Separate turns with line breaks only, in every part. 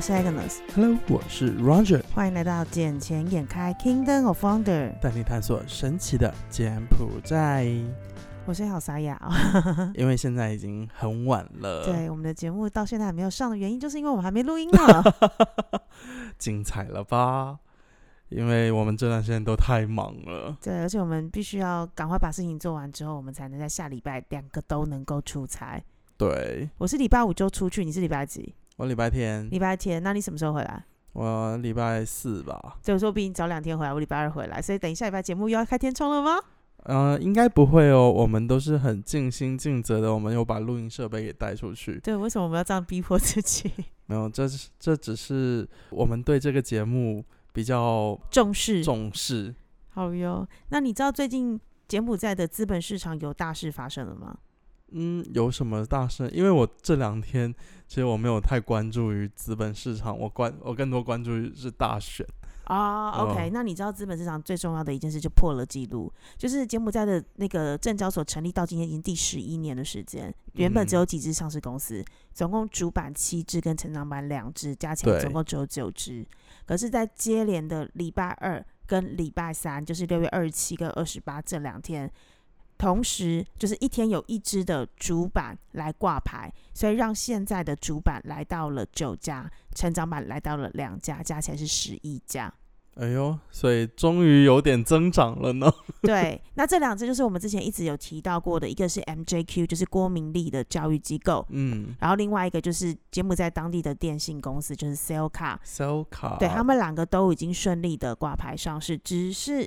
是 Agnes，
Hello，我是 Roger，
欢迎来到《捡钱眼开 Kingdom of Wonder》。
带你探索神奇的柬埔寨。
我声音好沙哑哦。
因为现在已经很晚了，
对，我们的节目到现在还没有上的原因，就是因为我们还没录音啊 呢。
精彩了吧？因为我们这段时间都太忙了，
对，而且我们必须要赶快把事情做完之后，我们才能在下礼拜两个都能够出差。
对
我是礼拜五就出去，你是礼拜几？
我礼拜天，
礼拜天，那你什么时候回来？
我礼拜四吧，
对，我说我比你早两天回来，我礼拜二回来，所以等一下礼拜节目又要开天窗了吗？
呃，应该不会哦，我们都是很尽心尽责的，我们有把录音设备给带出去，
对，为什么我们要这样逼迫自己？
没有，这是这只是我们对这个节目比较
重视，
重视，
好哟。那你知道最近柬埔寨的资本市场有大事发生了吗？
嗯，有什么大事？因为我这两天其实我没有太关注于资本市场，我关我更多关注于是大选。
啊、o
哦
k 那你知道资本市场最重要的一件事就破了记录，就是柬埔寨的那个证交所成立到今天已经第十一年的时间，原本只有
嗯
几只上市公司，总共主板七只跟成长板两只，加起来
对
总共只有九只。可是，在接连的礼拜二跟礼拜三，就是六月二十七跟二十八这两天。同时，就是一天有一只的主板来挂牌，所以让现在的主板来到了九家，成长板来到了两家，加起来是十一家。
哎呦，所以终于有点增长了呢。
对，那这两只就是我们之前一直有提到过的，一个是 MJQ，就是郭明利的教育机构，
嗯
然后另外一个就是柬埔寨当地的电信公司，就是 Celca，
，Cell 卡，
对他们两个都已经顺利的挂牌上市，只是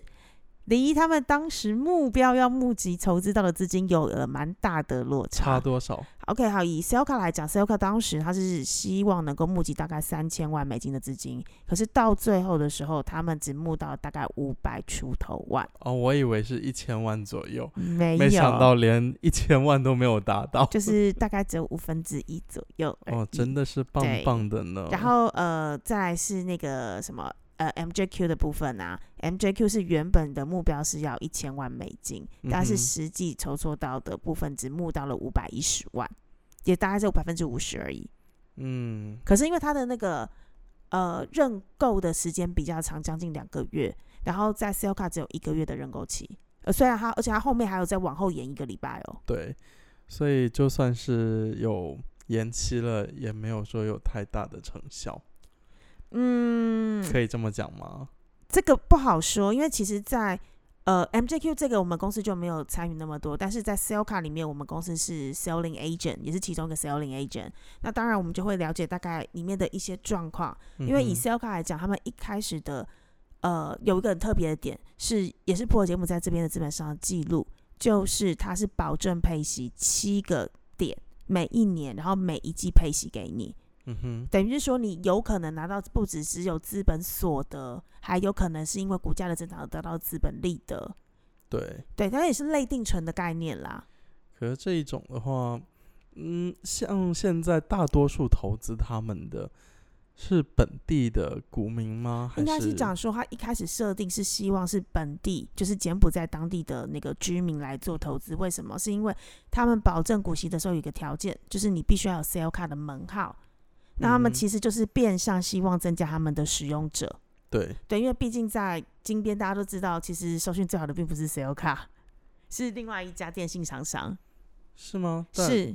离他们当时目标要募集筹资到的资金有了蛮大的落
差
差。
多少？
OK，好，以 Celca 来讲，Celca 当时他是希望能够募集大概三千万美金的资金，可是到最后的时候，他们只募到大概五百出头万，
哦，我以为是一千万左右，
没有，
没想到连一千万都没有达到。
就是大概只有五分之一左右而已。
哦，真的哦是棒
对
棒的呢。
然后呃，再来是那个什么呃 MJQ 的部分啊，MJQ 是原本的目标是要一千万美金，但
嗯
是
哼
实际筹措到的部分只募到了五百一十万，也大概只有百分之五十而已。
嗯，
可是因为它的那个呃认购的时间比较长，将近两个月，然后在 c e l c a 只有一个月的认购期。呃，虽然它，而且它后面还有再往后延一个礼拜哦。
对，所以就算是有延期了，也没有说有太大的成效，
嗯，
可以这么讲吗？
这个不好说，因为其实在，呃 MJQ 这个我们公司就没有参与那么多，但是在 Sell 卡里面，我们公司是 Selling Agent，也是其中一个 Selling Agent。那当然，我们就会了解大概里面的一些状况，因为以
嗯哼
Sell 卡来讲，他们一开始的呃有一个很特别的点是，也是破节目在这边的资本上的记录，就是它是保证配息七个点，每一年，然后每一季配息给你。
嗯哼，
等于是说，你有可能拿到不只只有资本所得，还有可能是因为股价的增长而得到资本利得。
对。
对，它也是类定存的概念啦。
可是这一种的话，嗯，像现在大多数投资他们的是本地的股民吗？还
应该
是
是讲说，它一开始设定是希望是本地，就是柬埔寨当地的那个居民来做投资。为什么？是因为他们保证股息的时候有一个条件，就是你必须要有 sell 卡的门号。那他们
嗯
其实就是变相希望增加他们的使用者。
对
对，因为毕竟在金边，大家都知道，其实收讯最好的并不是 Cell 卡，是另外一家电信厂商。
是吗？但
是，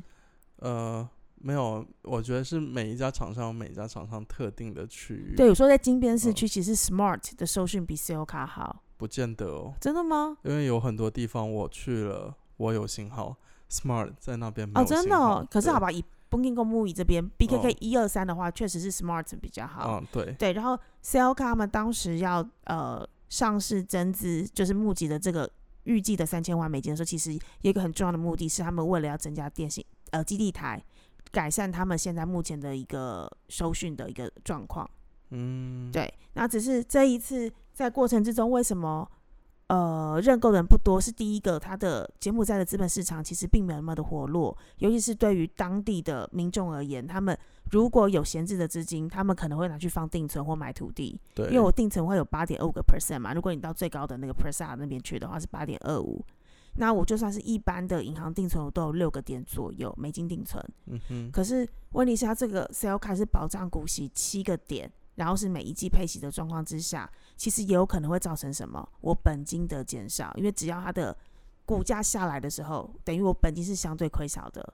呃，没有，我觉得是每一家厂商有每一家厂商特定的区域，
对，，我说在金边市
嗯
区，其实 Smart 的收讯比 Cell 卡好，
不见得哦，
真的吗？
因为有很多地方我去了，我有信号，Smart 在那边没
哦，
有信号，
真的、哦。可是
对
好，吧，以 b o n g i n g 木 i 这边 BKK
哦
一二三的话，确实是 Smart 比较好。
嗯，对，
对，然后 Cell 卡他们当时要呃上市增资，就是募集的这个预计的三千万美金的时候，其实有一个很重要的目的是，他们为了要增加电信呃基地台，改善他们现在目前的一个收讯的一个状况。
嗯，
对，那只是这一次在过程之中，为什么呃认购人不多？是第一个，它的柬埔寨的资本市场其实并没有那么的活络，尤其是对于当地的民众而言，他们如果有闲置的资金，他们可能会拿去放定存或买土地，
对，
因为我定存会有八点二五个 percent 嘛，如果你到最高的那个 percent 那边去的话是八点二五。那我就算是一般的银行定存，我都有六个点左右美金定存。
嗯哼，
可是问题是，它这个 sell 卡是保障股息七个点，然后是每一季配息的状况之下，其实也有可能会造成什么？我本金的减少，因为只要它的股价下来的时候，等于我本金是相对亏少的。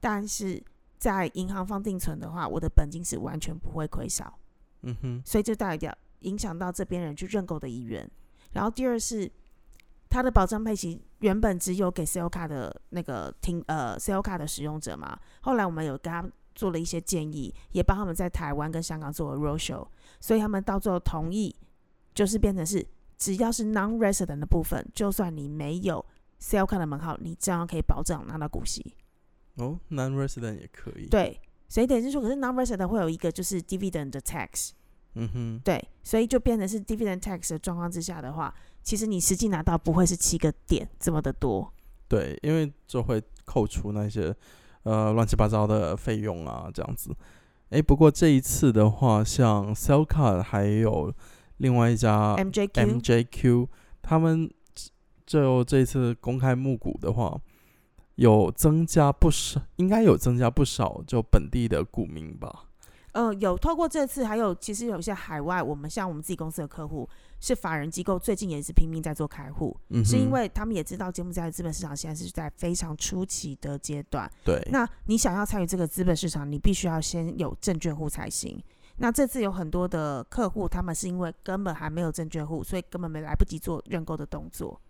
但是在银行放定存的话，我的本金是完全不会亏少，
嗯哼，
所以就代表影响到这边人去认购的意愿。然后第二是它的保障配息原本只有给 sell 卡的那个听呃 sell 卡的使用者嘛，后来我们有跟他做了一些建议，也帮他们在台湾跟香港做了 roadshow，所以他们到最后同意，就是变成是只要是 non resident 的部分，就算你没有 sell 卡的门号，你照样可以保证拿到股息。
哦，non-resident 也可以，，
对，所以等于是说，可是 non resident 会有一个就是 dividend 的 tax，
嗯哼，
对，所以就变成是 dividend tax 的状况之下的话，其实你实际拿到不会是七个点这么的多。
对，因为就会扣除那些呃乱七八糟的费用啊，这样子。诶，不过这一次的话，像 Cellcard 还有另外一家
MJQ
MJQ，他们就这一次公开募股的话，有增加不少，应该有增加不少，就本地的股民吧。
呃，有透过这次，还有其实有一些海外，我们像我们自己公司的客户是法人机构，最近也是拼命在做开户，
嗯哼，
是因为他们也知道柬埔寨的资本市场现在是在非常初期的阶段。
对，
那你想要参与这个资本市场，你必须要先有证券户才行。那这次有很多的客户，他们是因为根本还没有证券户，所以根本没来不及做认购的动作。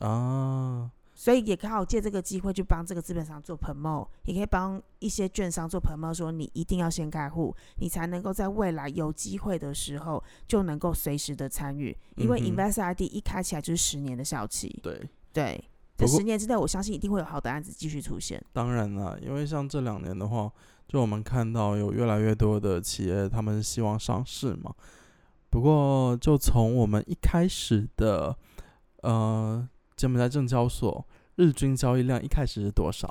啊，
所以也刚好借这个机会去帮这个资本商做 promo，也可以帮一些券商做 promo，说你一定要先开户，你才能够在未来有机会的时候就能够随时的参与，因为
嗯哼
Invest ID 一开起来就是十年的效期，
对，
对，这
不过
十年之内，我相信一定会有好的案子继续出现。
当然啦，因为像这两年的话，就我们看到有越来越多的企业他们希望上市嘛。不过，就从我们一开始的呃柬埔寨证交所日均交易量一开始是多少，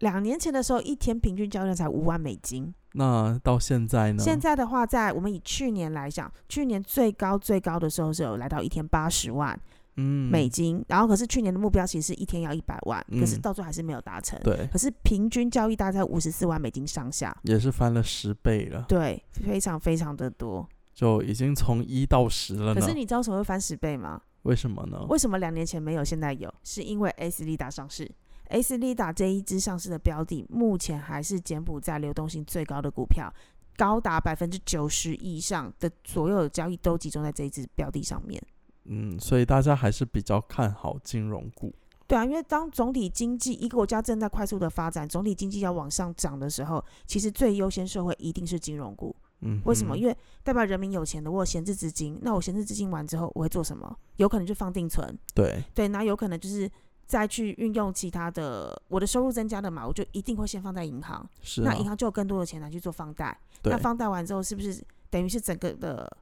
两年前的时候，一天平均交易量才五万美金，
那到现在呢？
现在的话，在我们以去年来讲，去年最高最高的时候是有来到一天八十万
嗯
美金，然后可是去年的目标其实是一天要一百万，可是
嗯
到最后还是没有达成。
对，
可是平均交易大概在五十四万美金上下，
也是翻了十倍了，
对，非常非常的多。
就已经从一到十了
可
呢
是。你知道为什么会翻十倍吗？
为什么呢？
为什么两年前没有，现在有？是因为 S Lida 上市。S Lida 这一只上市的标的，目前还是柬埔寨流动性最高的股票，高达百分之九十以上的所有的交易都集中在这一只标的上面。
嗯，所以大家还是比较看好金融股。
对啊，因为当总体经济一个国家正在快速的发展，总体经济要往上涨的时候，其实最优先社会一定是金融股。
嗯哼，
为什么？因为代表人民有钱的，我有闲置资金，那我闲置资金完之后，我会做什么？有可能就放定存，
对，
对，那有可能就是再去运用其他的，我的收入增加了嘛，我就一定会先放在银行，
是
那
啊
银行就有更多的钱拿去做放贷，
对
那放贷完之后，是不是等于是整个的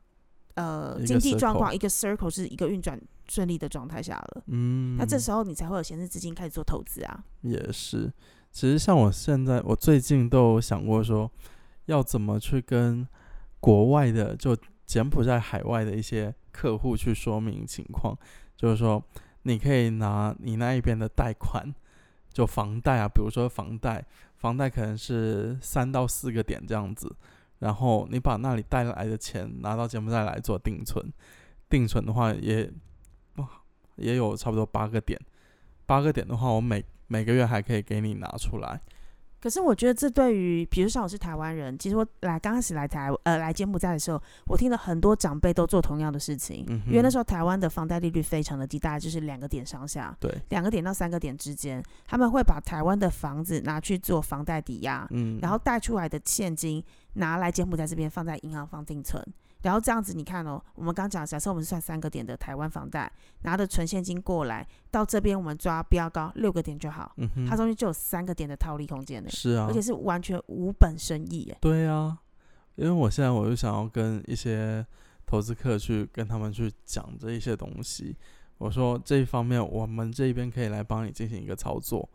呃
一个
经济状
circle
况一个 circle 是一个运转顺利的状态下了？
嗯，
那这时候你才会有闲置资金开始做投资啊，
也是，其实像我现在，我最近都有想过说，要怎么去跟国外的，就柬埔寨海外的一些客户去说明情况，就是说，你可以拿你那一边的贷款，就房贷啊，比如说房贷，房贷可能是三到四个点这样子，然后你把那里贷来的钱拿到柬埔寨来做定存，定存的话也，哇，也有差不多八个点。八个点的话，我每每个月还可以给你拿出来。
可是我觉得这对于，比如像我是台湾人，其实我来刚开始来台呃来柬埔寨的时候，我听了很多长辈都做同样的事情，
嗯哼
因为那时候台湾的房贷利率非常的低，大概就是两个点上下，
对，
两个点到三个点之间，他们会把台湾的房子拿去做房贷抵押，
嗯，
然后贷出来的现金拿来柬埔寨这边放在银行放定存，然后这样子你看哦，我们刚讲，假设我们是算三个点的台湾房贷，拿的纯现金过来到这边，我们抓标高六个点就好，
嗯哼，
它中间就有三个点的套利空间呢。
是啊
而，且是完全无本生意耶。
对啊，因为我现在我就想要跟一些投资客去跟他们去讲这一些东西。我说这一方面我们这边可以来帮你进行一个操作，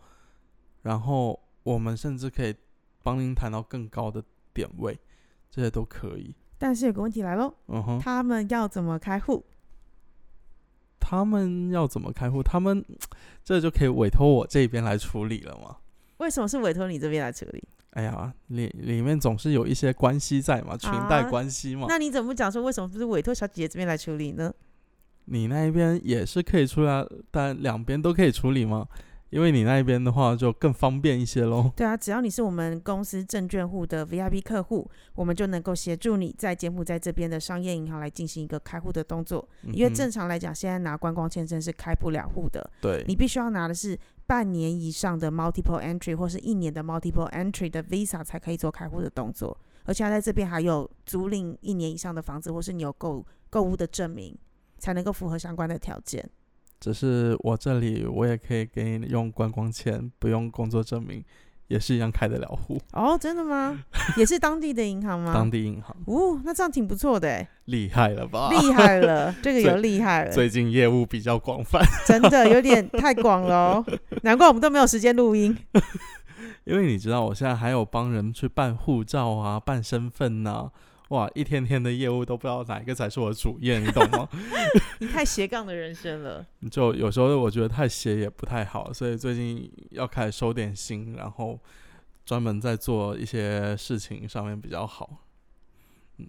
然后我们甚至可以帮您谈到更高的点位，这些都可以。嗯
但是有个问题来喽，
嗯哼，
他们要怎么开户？
他们要怎么开户，他们这就可以委托我这边来处理了嘛。
为什么是委托你这边来处理？
哎呀，里里面总是有一些关系在嘛，裙带
啊
关系嘛。
那你怎么不讲说为什么不是委托小姐姐这边来处理呢？
你那一边也是可以出来，但两边都可以处理吗？因为你那一边的话就更方便一些喽。
对啊，只要你是我们公司证券户的 VIP 客户，我们就能够协助你在柬埔寨这边的商业银行来进行一个开户的动作。 因为
嗯哼
正常来讲，现在拿观光签证是开不了户的，
对
你必须要拿的是半年以上的 multiple entry 或是一年的 multiple entry 的 visa 才可以做开户的动作。而且它在这边还有租赁一年以上的房子，或是你有购购物的证明，才能够符合相关的条件。
只是我这里我也可以给你用观光签，不用工作证明，也是一样开得了户。
哦，真的吗？也是当地的银行吗？
当地银行
哦，那这样挺不错的哎，
厉害了吧？
厉害了，这个
最
有厉害了，
最近业务比较广泛，
真的有点太广了哦，难怪我们都没有时间录音。
因为你知道我现在还有帮人去办护照啊、办身份呐、哇，一天天的业务都不知道哪一个才是我的主业，你懂吗？
你太斜杠的人生了，
就有时候我觉得太斜也不太好，所以最近要开始收点心，然后专门在做一些事情上面比较好。嗯，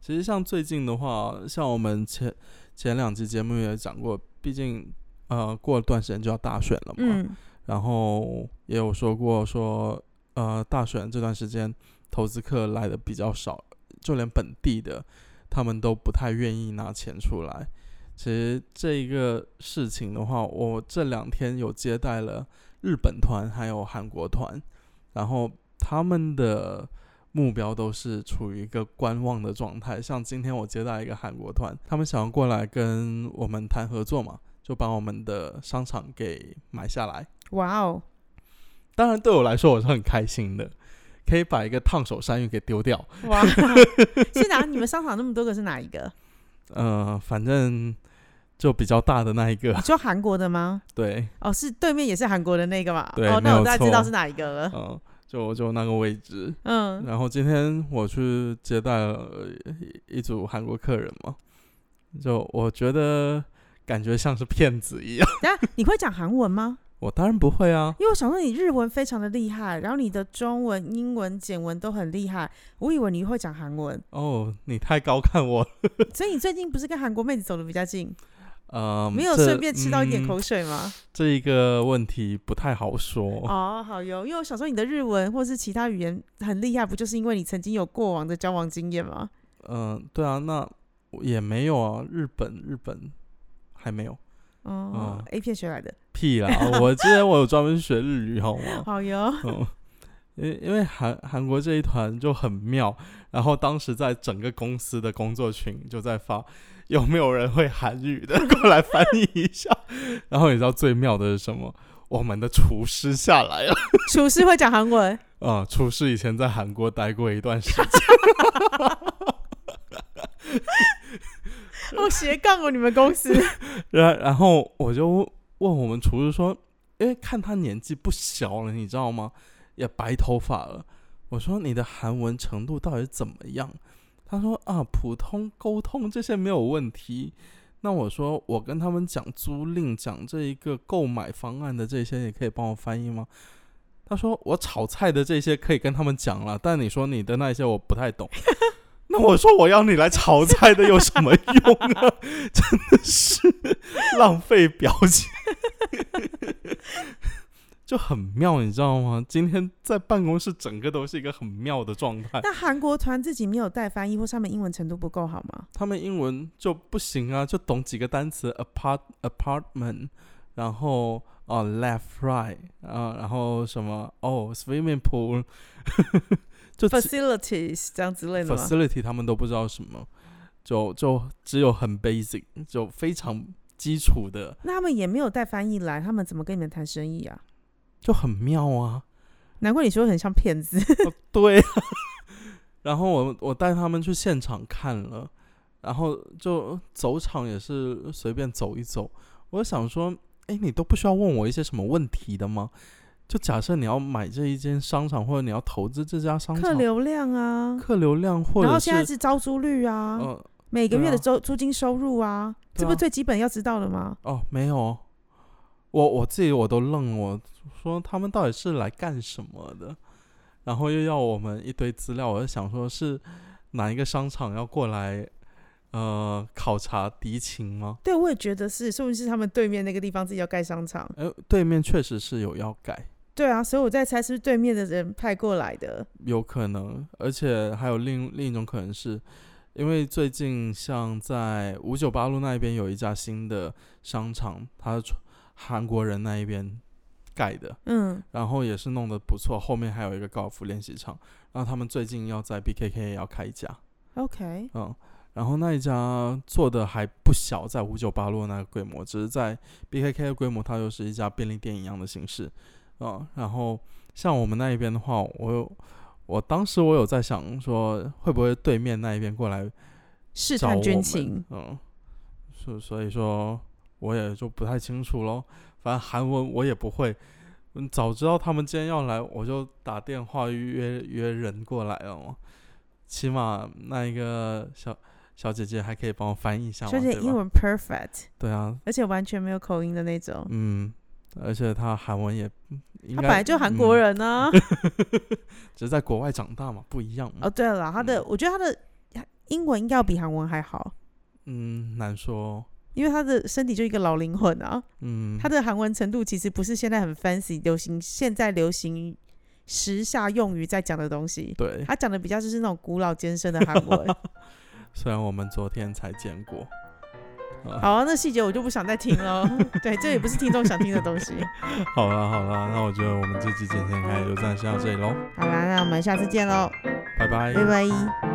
其实像最近的话，像我们前前两期节目也讲过，毕竟呃过了段时间就要大选了嘛，
嗯，
然后也有说过说，呃，大选这段时间投资客来的比较少，就连本地的他们都不太愿意拿钱出来。其实这一个事情的话，我这两天有接待了日本团还有韩国团，然后他们的目标都是处于一个观望的状态。像今天我接待一个韩国团，他们想要过来跟我们谈合作嘛，就把我们的商场给买下来。
哇哦，
当然对我来说我是很开心的，可以把一个烫手山芋给丢掉。
哇， 是哪？你们商场那么多个是哪一个？
呃，反正就比较大的那一个
你，说韩国的吗？
对，
哦，是对面也是韩国的那个嘛？
对
哦，
没
那
有
我大概知道
错
是哪一个 了。
嗯、就就那个位置。
嗯，
然后今天我去接待了一一组韩国客人嘛，就我觉得感觉像是骗子一样。
然后你会讲韩文吗？
我当然不会啊，
因为我想说你日文非常的厉害，然后你的中文、英文、简文都很厉害，我以为你会讲韩 文，
哦，你太高看我了。
所以你最近不是跟韩国妹子走的比较近，
呃，
没有
这
顺便吃到一点
嗯
口水吗？
这嗯一个问题不太好说。
哦，好哟，因为我想说你的日文或是其他语言很厉害，不就是因为你曾经有过往的交往经验吗？
嗯，对啊，那我也没有啊，日本日本还没有嗯
哦、a 片学来的，
屁啦！我之前我有专门学日语，好吗？
好哟，
嗯，因因为韩韩国这一团就很妙，然后当时在整个公司的工作群就在发有没有人会韩语的 过来翻译一下，然后你知道最妙的是什么？我们的厨师下来了，
厨师会讲韩文，
啊、厨师以前在韩国待过一段时间，
我斜杠哦，你们公司
然然后我就问我们厨师说，因为看他年纪不小了，你知道吗？也白头发了。我说你的韩文程度到底怎么样？他说啊，普通沟通这些没有问题。那我说我跟他们讲租赁，讲这一个购买方案的这些，你可以帮我翻译吗？他说我炒菜的这些可以跟他们讲了，但你说你的那些我不太懂。那我说我要你来炒菜的有什么用啊？ 是浪费表情， 就很妙，你知道吗？今天在办公室整个都是一个很妙的状态。
那韩国团自己没有带翻译，或是他们英文程度不够好吗？
他们英文就不行啊，就懂几个单词，apart apartment，然后哦 left right 啊，然后什么哦 swimming pool，就只
facilities 这样之类的吗？
facility 他们都不知道什么，就就只有很 basic，就非常基础的，
那他们也没有带翻译来，他们怎么跟你们谈生意啊？
就很妙啊。
难怪你说很像骗子，
哦对、啊。 然后我我带他们去现场看了，然后就走场也是随便走一走。我想说，哎，你都不需要问我一些什么问题的吗？就假设你要买这一间商场，或者你要投资这家商
客
场，
流量啊，
客流量，或
然后
者
现在
是
是招租率啊，
呃
每个月
对啊
的租租金收入啊，
对
这不是
啊
最基本要知道的吗？
哦，没有哦，我我自己我都愣，我说他们到底是来干什么的？然后又要我们一堆资料，我就想说是哪一个商场要过来呃考察敌情吗？
对，我也觉得是，说不定是他们对面那个地方自己要盖商场。
呃，对面确实是有要改，
对啊，所以我在猜是不是对面的人派过来的。
有可能，而且还有另另一种可能是，因为最近像在五九八路那一边有一家新的商场，它是韩国人那一边盖的，
嗯，
然后也是弄得不错，后面还有一个高尔夫练习场，然后他们最近要在 BKK 也要开一家，
OK，
嗯，然后那一家做的还不小，在五九八路那个规模，只是在 BKK 的规模，它又是一家便利店一样的形式，嗯，然后像我们那一边的话，我有，我当时我有在想说，会不会对面那一边过来
试
找
探
我
军
们
情，，
嗯，所所以说我也就不太清楚咯，反正韩文我也不会。嗯，早知道他们今天要来，我就打电话约约人过来了嘛。起码那一个小小姐姐还可以帮我翻译一下嘛，
说
对
姐英
吧？
文 perfect，
对啊，
而且完全没有口音的那种。
嗯，而且她韩文也应
他
该
本来就韩国、人呢、 啊。
嗯只是在国外长大嘛，不一样嘛。
哦，对了，他的、我觉得他的英文应该要比韩文还好，
嗯，难说。
因为他的身体就一个老灵魂啊。
嗯，
他的韩文程度其实不是现在很 fancy 流行，现在流行时下用语在讲的东西。
对，
他讲的比较就是那种古老艰深的韩 文。
虽然我们昨天才见过。啊
好、啊，那细节我就不想再听了。 对，这也不是听众想听的东西。
好啦好啦，那我觉得我们这期节目应该就暂时到这里喽，
好啦，那我们下次见喽，
拜拜
拜拜。